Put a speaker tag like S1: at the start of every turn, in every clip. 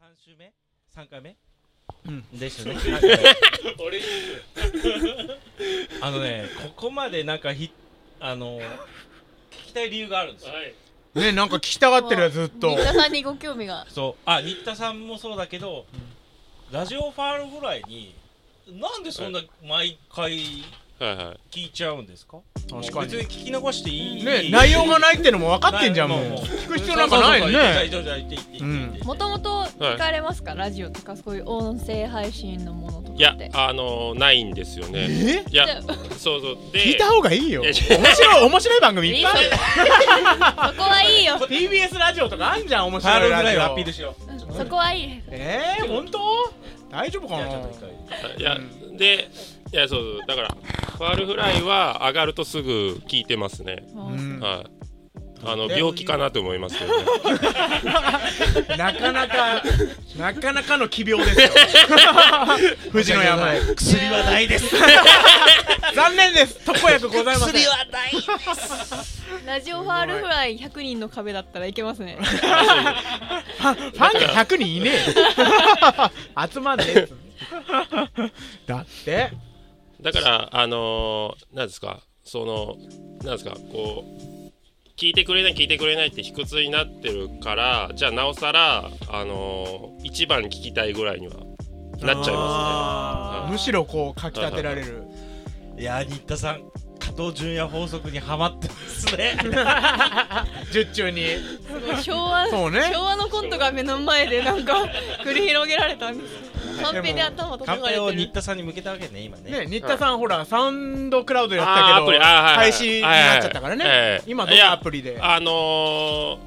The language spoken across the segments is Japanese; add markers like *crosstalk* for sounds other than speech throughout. S1: 3週目 ?3 回目
S2: うん
S1: ですよね。
S3: 俺に
S1: あのね、ここまでなんかひ、あの、聞きたい理由があるんですよ。
S3: はい
S2: ねなんか聞きたがってるよずっと
S4: 三田さんにご興味が
S1: そう、あ、新田さんもそうだけど、ラジオファールぐらいに、なんでそんな毎回
S3: はいはい
S1: 聞いちゃうんですか
S2: 確か
S1: 別
S2: に
S1: に聞き流していい。
S2: ね内容が
S1: い。
S2: ないってのも分かってんじゃんもう
S1: ないもう
S2: 聞く必要なんかないよね
S1: そうそうそう言って言って言って言って言って
S4: もともと聞かれますか、ラジオとかそういう音声配信のものと
S3: い
S4: か
S3: や
S4: って
S3: あのないんですよね
S2: え
S3: いやそうそうで
S2: 聞いた方がいいよ
S3: いや
S2: 面白い面白い番組い
S4: い
S2: っ
S4: いよ
S2: ぱい
S4: そこはいいよ
S2: ある TBS ラジオとかあんじゃん面
S1: ファー
S2: 白
S1: ル
S2: い
S1: ぐら
S2: ラ
S1: い
S2: ジ
S1: はアピー
S2: オ
S1: ルしよう。
S4: そこはいい
S2: えー本当大丈夫か
S1: じ
S2: な
S1: ゃあちょっと一回。
S3: いやでいやそうそうだからファールフライは上がるとすぐ効いてますね
S2: うん
S3: はいあの病気かなと思いますけど
S2: *laughs*
S3: ね
S2: なかなかなかなかの奇病
S1: *laughs*
S2: ですよ富士の病
S1: 薬はないです。
S2: *laughs* 残念です特効薬ございません
S1: 薬はない。
S4: ラジオファールフライ100人の壁だったらいけます
S2: *laughs*
S4: ね
S2: ファンファンが100人いねえよ集まんねえっつうのだって
S3: だからあのーなんですかそのなんですかこう聞いてくれない聞いてくれないって卑屈になってるからじゃあなおさらあのー一番聞きたいぐらいにはなっちゃいま
S2: あーむしろこうかきたてられる
S1: いやー、新田さん、加藤純也法則にはまってますね。
S2: *laughs* 十中に
S4: すごい昭和
S2: そうね
S4: 昭和のコントが目の前でなんか繰り広げられたんですカンペで頭
S1: カン
S4: 叩か
S1: ペを
S4: れて
S1: 新
S4: る
S1: 田さんに向けたわけね、今ね。
S2: ね新田さんほらサウンドクラウドやった
S3: あー
S2: け
S3: ア
S2: ど
S3: プリあーはいはい
S2: 廃止になっちゃったから
S3: はいはいは
S2: ね
S3: い
S2: 今どんなアプリです
S3: ねあのー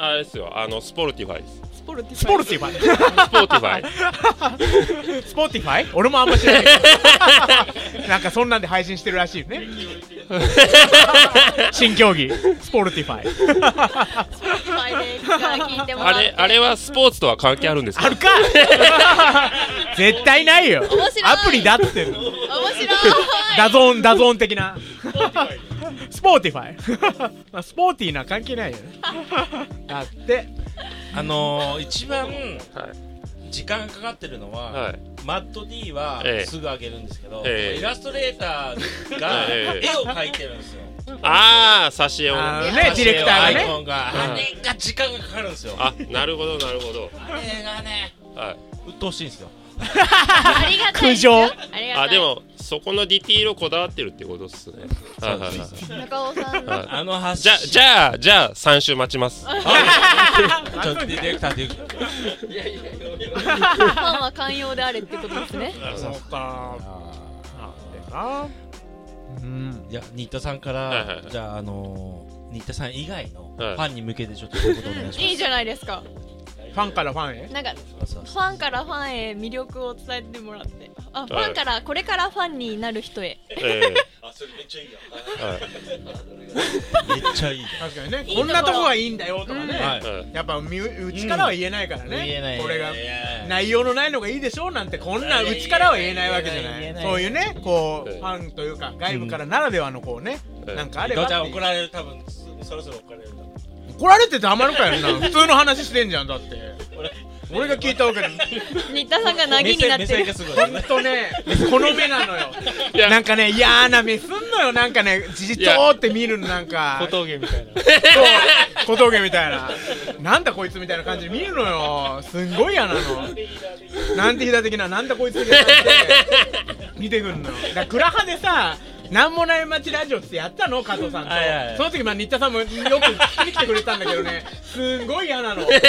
S3: あれですよあのスポルティファイです
S4: スポルティ
S2: スポルティファイ
S3: スポルティファイ
S4: *laughs*
S2: スポティファイ俺もあんま知らな
S3: *laughs*
S2: いけどなんかそんなんで配信してるらしいよ
S3: *laughs*
S2: ね新競技スポルティファイ
S4: ファイで聞いてもら
S3: あ
S4: って
S3: れあれはスポーツとは関係あるんです
S2: あ
S3: か
S2: る
S3: *laughs*
S2: か絶対ないよ
S4: 白い
S2: アプリだっての
S4: 面白い
S2: ダゾーンダゾーン的なスポーティファイ *laughs* まあスポーティーな関係 *laughs* ないよねだって
S1: あのー、一番
S3: はい
S1: 時間かかってるのは、
S3: はい
S1: マッド D は
S3: ええ
S1: すぐ上げるんですけど、
S3: ええ
S1: イラストレーターが
S3: *laughs* ええ
S1: 絵を描いてるんですよ。
S3: ああ挿絵を
S2: あ
S3: ね
S2: のねディレクターが
S1: アイコ
S2: ね
S1: ンが、
S3: うん
S1: あれが時間がかかるんですよ。
S3: あなるほどなるほど
S1: あれがね、
S3: はい
S1: 鬱陶しいんですよ。
S4: ありがたい
S2: 苦
S4: です
S2: 情
S4: よありがたい
S3: あでもそこのディティールをこだわってるってことっすねはいはいはい
S4: 中尾さんの
S3: はい
S1: あの発
S3: じゃあじゃあじゃあ3週待ちます
S1: あちょっとディレクターで
S4: ファンは寛容であれってことですね
S2: そうかなうん
S1: いや新田さんから、
S3: はいはいはい
S1: じゃああのー、新田さん以外のフ
S3: はい
S1: ァンに向けてちょっと一言お願いします。
S4: いいじゃないですか
S2: ファンからファンへ
S4: なんか
S1: そう
S4: ファンからファンへ魅力を伝えてもらってあファンからこれからファンになる人へ
S3: え
S1: あそれめっちゃいいや。
S3: えはい
S1: めっちゃいい。
S2: 確かにね
S4: いい
S2: こ
S4: ところ
S2: んなとこがいいんだよとか
S4: うん
S2: ね
S1: はい。
S3: はい
S2: やっぱ身うちからは言えないからね
S1: 言えない。
S2: これが
S1: いやいや
S2: 内容のないのがいいでしょうなんてこんなうちからは言えないわけじゃな
S1: 言えないい
S2: そういうねこう
S3: うん
S2: ファンというか外部からならではのこうね
S3: うん
S2: なんかあれ
S1: ど
S2: ばっ
S1: うち
S2: て
S1: ゃん
S2: い
S1: 怒
S2: う
S1: られる多分そろそろ怒られるな
S2: 怒られて黙るかよ
S3: *laughs*
S2: な普通の話してんじゃんだって俺が聞いたわけで
S4: 新田さんがなぎ
S1: 目
S4: に
S1: 線
S4: なっ
S1: 目
S4: て
S1: 線
S4: る
S1: がすごい *laughs*
S2: ほんとねこの目なのよ
S3: いや
S2: なんかね嫌な目すんのよなんかねじちょーって見るのなんか
S1: 峠みたいな
S2: そう小峠みたいななんだこいつみたいな感じで見るのよすんごい嫌なのなんてひだ的ななんだこいつみたいな感じで見てくんのよだから倉派でさなんもない町ラジオってやったの加藤さんと、
S1: はいはいはい
S2: その時まあ新田さんもよく聞きに来てくれたんだけどねすんごい嫌なので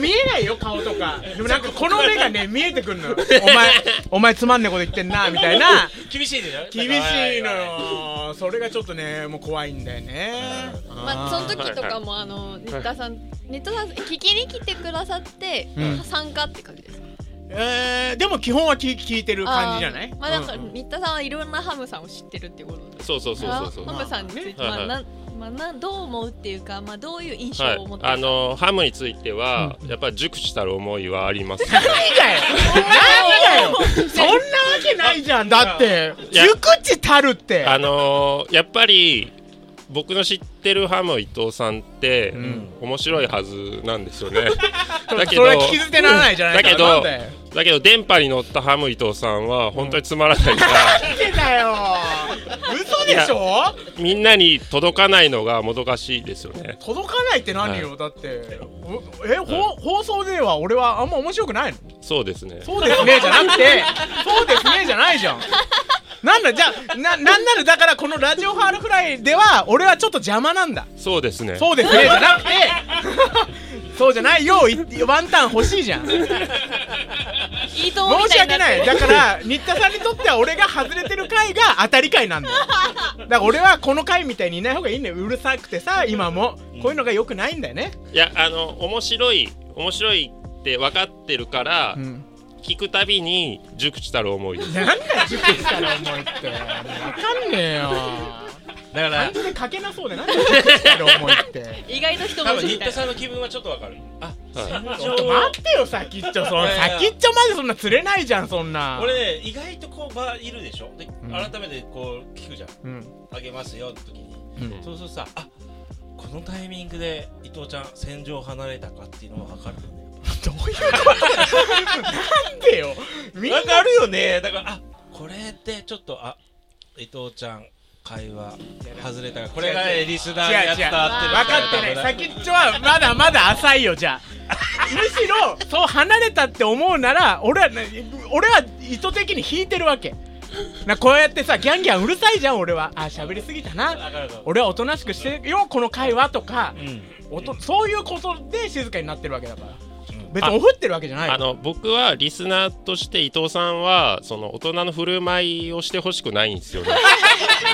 S2: 見えないよ顔とかでもなんかこの目がね見えてくんのよお前お前つまんねえこと言ってんなみたいな
S1: 厳しいでしょ
S2: 厳しいのよそれがちょっとねもう怖いんだよね
S4: まあ、その
S2: ー
S4: 時とかもあの新田さん新田さん聞きに来てくださって、
S2: うん
S4: 参加って感じですか
S2: えーでも基本は聞聞いてる感じじゃない
S4: あーまあだから
S2: うん
S4: 新田さんはいろんなハムさんを知ってるってことで
S3: そうそうそうそうそう
S4: ハムさんについて、
S3: はい
S4: ま
S3: は
S4: あ
S3: い
S4: なんまあ、なんどう思うっていうか、まあ、どういう印象
S3: は
S4: を持っ
S3: い
S4: てるか、 *laughs*
S3: あのハムについてはやっぱり熟したる思いはあります
S2: 何がよ何が
S4: *laughs*
S2: よそんなわ *laughs* けないじゃんだって
S3: いや
S2: 熟知たるって
S3: あのやっぱり僕の知ってるハム伊藤さんって、
S2: ん
S3: 面白いはずなんです
S2: *laughs*
S3: よねだけ
S2: そ
S3: ど
S2: れは聞き捨てならないじゃない
S3: だ
S2: か
S3: け
S2: な
S3: ど
S2: んだよ
S3: だけど電波に乗ったハム伊藤さんは本当につまらないから、
S2: なんでだ *laughs* よ嘘でしょ
S3: みんなに届かないのがもどかしいですよね
S2: 届かないって何よ、だっておえ、ほ放送では俺はあんま面白くないの
S3: そうですね
S2: そうですねじゃなくて *laughs* そうですねじゃないじゃんなんだじゃあななんならだからこの「ラジオファールフライ」では俺はちょっと邪魔なんだ
S3: そうですね
S2: *laughs* そうですねじゃなくてそうじゃないよいワンタン欲しいじゃん申
S4: いいと思み
S2: した
S4: いに
S2: 訳
S4: なっ
S2: な
S4: て
S2: いだから新田さんにとっては俺が外れてる回が当たり回なんだよだから俺はこの回みたいにいない方がいいんだようるさくてさ今もこういうのがよくないんだよね、
S3: いやあの面白い面白いって分かってるから、
S2: うん
S3: 聞くたびに熟知たる思いです
S2: なんだよ熟したら思いって分かんねえよ
S1: だから
S2: 漢字で書けなそうでなんだよ熟したら思いって
S4: 意外と人
S1: 多
S4: 文
S1: 分
S4: 字み
S1: 新
S4: た
S1: 田
S4: いな
S1: さんの気分はちょっとわかるあ
S3: はい
S2: ちょっと待ってよ先っちょその
S1: いやいや
S2: 先っちょまでそんな釣れないじゃんそんな
S1: 俺ね意外とこう場いるでしょで
S2: ん
S1: 改めてこう聞くじゃん
S2: うん
S1: あげますよって時に
S2: うん
S1: そうするとさあこのタイミングで伊藤ちゃん戦場離れたかっていうのは分かるよね
S2: どういうことなんでよみんな
S1: 分かるよねだからあこれでちょっとあ伊藤ちゃん会話外れたからこれがねリスナーに
S2: 違う違う
S1: や伝わってる
S2: 分かってない先っちょはまだまだ浅いよじゃあむしろそう離れたって思うなら俺はね俺は意図的に引いてるわけなこうやってさギャンギャンうるさいじゃん俺はあ喋りすぎたな
S1: 分かる分か
S2: 俺はおとなしくしてよこの会話とか、
S1: る
S2: おとそういうことで静かになってるわけだから
S1: うん
S2: 別におふってるわけじゃない
S3: あの僕はリスナーとして伊藤さんはその大人の振る舞いをしてほしくないん *laughs* ですよね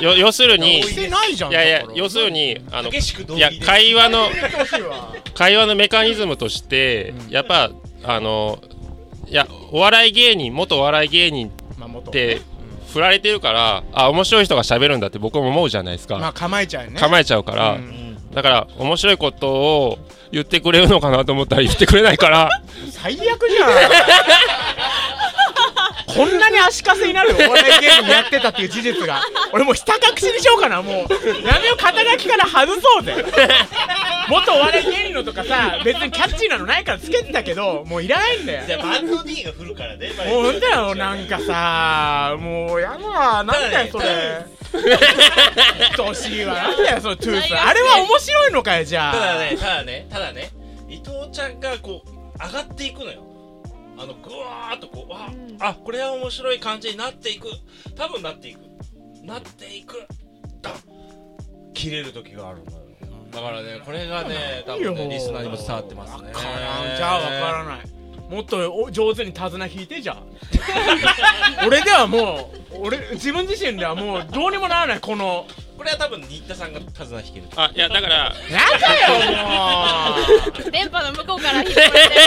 S3: よ要するに
S2: し
S3: い
S2: てないじゃん
S3: やいや
S2: だから
S3: 要するにあの
S1: 激しく同
S3: い
S1: 意で
S3: や
S1: す
S3: 会話の
S2: やってほしいわ
S3: 会話のメカニズムとして
S2: うん
S3: やっぱあのいやお笑い芸人元お笑い芸人
S2: まあ元
S3: って振られてるからあ面白い人が喋るんだって僕も思うじゃないですか、
S2: まあ構えちゃうよね
S3: 構えちゃうから、
S2: うん
S1: うん
S3: だから面白いことを言ってくれるのかなと思ったら言ってくれないから
S2: 最悪じゃん *laughs* こんなに足かせになるお笑い芸人やってたっていう事実が俺もうひた隠しにしようかなもうやめよう肩書きから外そうぜ *laughs* 元お笑い芸人のとかさ別にキャッチーなのないからつけてたけどもういらないんだ
S1: じ
S2: よ
S1: ゃあバンド D が振るからね
S2: もうほんだよなんかさもうやだなんだよそれうっとうしいわなんだよそのトゥースあれは面白いのかよじゃあ
S1: ただねただねただね伊藤ちゃんがこう上がっていくのよあのぐわーっとこうあ,、
S4: うん
S1: あこれは面白い感じになっていく多分なっていくなっていくだ切れる時があるのよだからねこれがね多分ねリスナーにも伝わってますね
S2: わからんじゃあわからないもっとお上手に手綱引いてじゃあ *laughs* 俺ではもう俺自分自身ではもうどうにもならないこの
S1: これは多分新田さんが手綱引ける
S3: あいやだから
S2: なんだよもう
S4: 電波の向こうから引っ張られて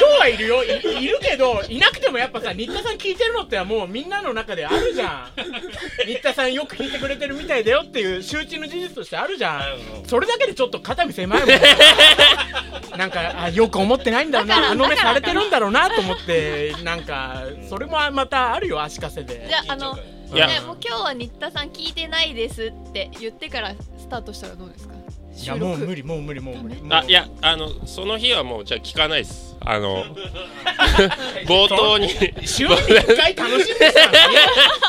S2: 今日はいるよいいるけどいなくてもやっぱさ新田さん聞いてるのってもうみんなの中であるじゃん新田さんよく聞いてくれてるみたいだよっていう周知の事実としてあるじゃんそれだけでちょっと肩身狭いもんなんかあよく思ってないんだろう
S4: だか
S2: な
S4: ら
S2: あの目
S4: だから
S2: されてるんだろうなと思ってなんかそれもまたあるよ足かせで
S4: *laughs* じゃああのね
S3: いや
S4: もう今日は新田さん聞いてないですって言ってからスタートしたらどうですか
S2: いやもう無理もう無理もう無理も
S3: あ
S2: う
S3: いやあのその日はもうじゃあ聞かないですあ
S2: *laughs*
S3: の冒頭に
S2: 週に1回楽しんでたの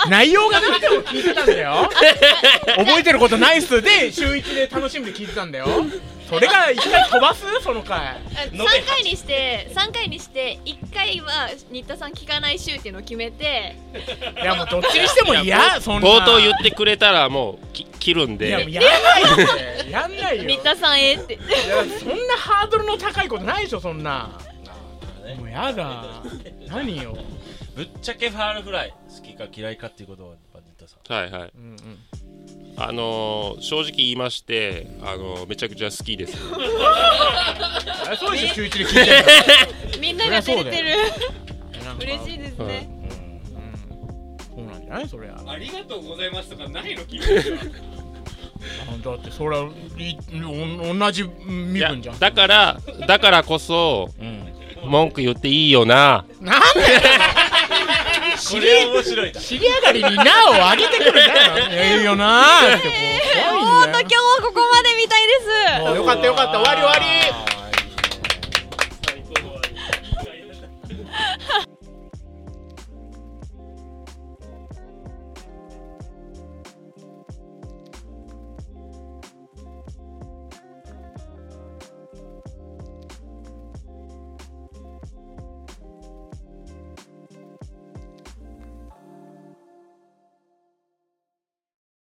S2: に *laughs* 内容がなくても聞いてたんだ *laughs* よ覚えてることないっすで週1で楽しみで聞いてたんだよそれが一回飛ばすその回
S4: あ
S1: 延
S4: 3
S1: べ
S4: 回にして3回にして1回は新田さん聞かない週っていうのを決めて
S2: いやもうどっちにしても嫌そんな
S3: 冒頭言
S2: っ
S3: ってくれたらもうき切るん
S2: いやもう
S3: で
S2: やらないって *laughs* やんないよ
S4: 新田さんへって
S2: いやそんなハードルの高いことないでしょそん *laughs* なもうやだ何よ、
S1: ぶっちゃけファールフライ好きか嫌いかっていうことはやっぱ新田さん
S3: はいはい
S2: うんうん、
S3: あのー正直言いましてあのーめちゃくちゃ好きです
S2: あそうでしょ週一で聞いて *laughs* るか
S4: みんなが照れてる
S2: ら
S4: 嬉しい
S2: い、
S4: ですね
S2: うん、そうなんじゃないそりゃ
S5: ありがとうございますとかないの聞いてるよ
S2: だってそりゃいお同じ身
S3: いや
S2: 分じゃん
S3: だからだからこそ
S1: うん
S3: 文句言っていいよな
S2: なんで
S1: これ面白いな
S2: 尻上がりに「な」を上げてくる
S5: *laughs*
S2: からいいよなーって
S4: えー、もう東京はここまでみたいです
S2: もうよかったよかった終わり終わり